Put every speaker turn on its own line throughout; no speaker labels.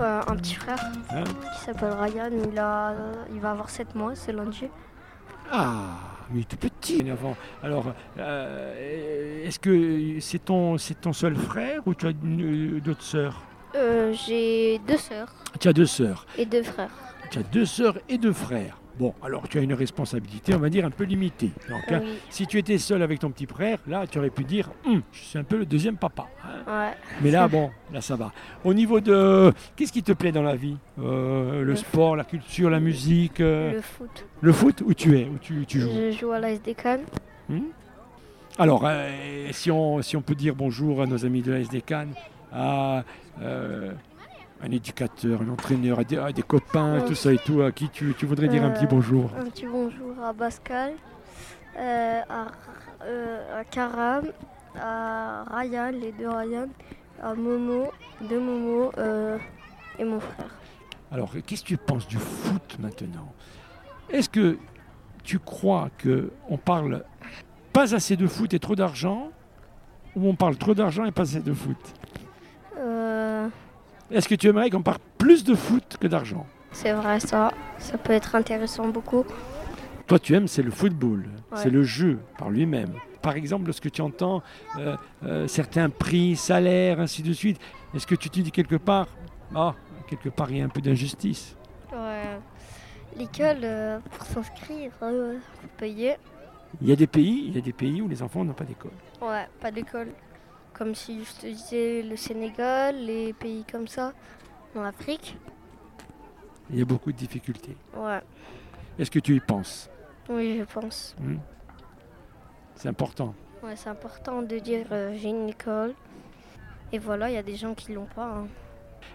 euh,
Hein
qui s'appelle Ryan. Il, a, il va avoir 7 mois, c'est lundi.
Ah, il est tout petit avant. Alors, euh, est-ce que c'est ton, c'est ton seul frère ou tu as une- d'autres sœurs
Euh, J'ai deux sœurs
Tu as deux sœurs.
et deux frères.
Tu as deux sœurs et deux frères. Bon, alors tu as une responsabilité, on va dire, un peu limitée. Donc, hein,
Oui,
si tu étais seul avec ton petit frère, là, tu aurais pu dire, Hum, je suis un peu le deuxième papa. hein.
ouais.
Mais là, bon, là, ça va. Au niveau de... Qu'est-ce qui te plaît dans la vie Euh, Le
Le-
sport, la culture, la musique, euh, le...
Le foot.
foot, où tu es, où tu, tu joues
Je joue à la SD Cannes.
Alors, euh, si, on, si on peut dire bonjour à nos amis de la SD Cannes, à euh, un éducateur, un entraîneur, à des, à des copains,
Oui.
tout ça et tout, à qui tu, tu voudrais dire un petit
Euh,
bonjour
Un petit bonjour à Pascal, euh, à, euh, à Karam, à Ryan, les deux Ryan, à Momo, deux Momo euh, et mon frère.
Alors, qu'est-ce que tu penses du foot maintenant Est-ce que tu crois que on parle pas assez de foot et trop d'argent ou on parle trop d'argent et pas assez de foot
Euh,
Est-ce que tu aimerais qu'on parle plus de foot que d'argent
c'est vrai ça, ça peut être intéressant beaucoup.
Toi, tu aimes, c'est le football,
Ouais.
c'est le jeu par lui-même. Par exemple, lorsque tu entends euh, euh, certains prix, salaires, ainsi de suite, est-ce que tu te dis quelque part, ah, quelque part, il y a un peu d'injustice
Ouais. L'école, euh, pour s'inscrire, euh, faut payer.
Il y a des pays, il y a des pays où les enfants n'ont pas d'école.
Ouais, pas d'école. Comme si je te disais le Sénégal, les pays comme ça, en Afrique.
Il y a beaucoup de difficultés.
Ouais,
Est-ce que tu y penses
oui, je pense.
C'est important.
Ouais, c'est important de dire euh, j'ai une école. Et voilà, il y a des gens qui l'ont pas. hein.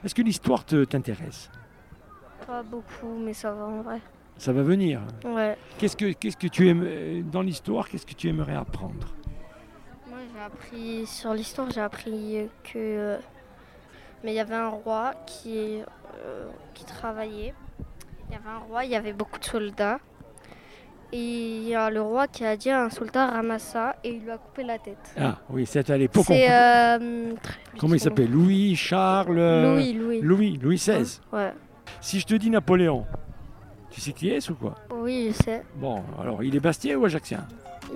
Est-ce que l'histoire te- t'intéresse
Pas beaucoup, mais ça va en vrai.
Ça va venir.
Ouais.
Qu'est-ce que, qu'est-ce que tu aimes euh, dans l'histoire Qu'est-ce que tu aimerais apprendre
Moi, j'ai appris sur l'histoire, j'ai appris que. euh, mais il y avait un roi qui, euh, qui travaillait. Il y avait un roi, il y avait beaucoup de soldats. Et il y a le roi qui a dit à un soldat ramasse ça et il lui a coupé la tête.
Ah oui, c'est à l'époque. on-
C'est. euh,
Comment il s'appelle Louis, Charles. euh,
Louis, Louis.
Louis, Louis XVI.
Ouais.
Si je te dis Napoléon, tu sais qui est ou quoi
Oui, je sais.
Bon, alors il est Bastien ou Ajaxien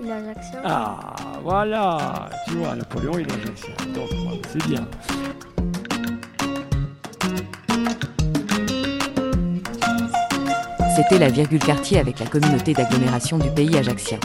Il a l'accent.
Ah, voilà Tu vois, Napoléon, il est Ajaxien. Donc, voilà, c'est bien.
C'était la virgule quartier avec la communauté d'agglomération du pays ajaxien.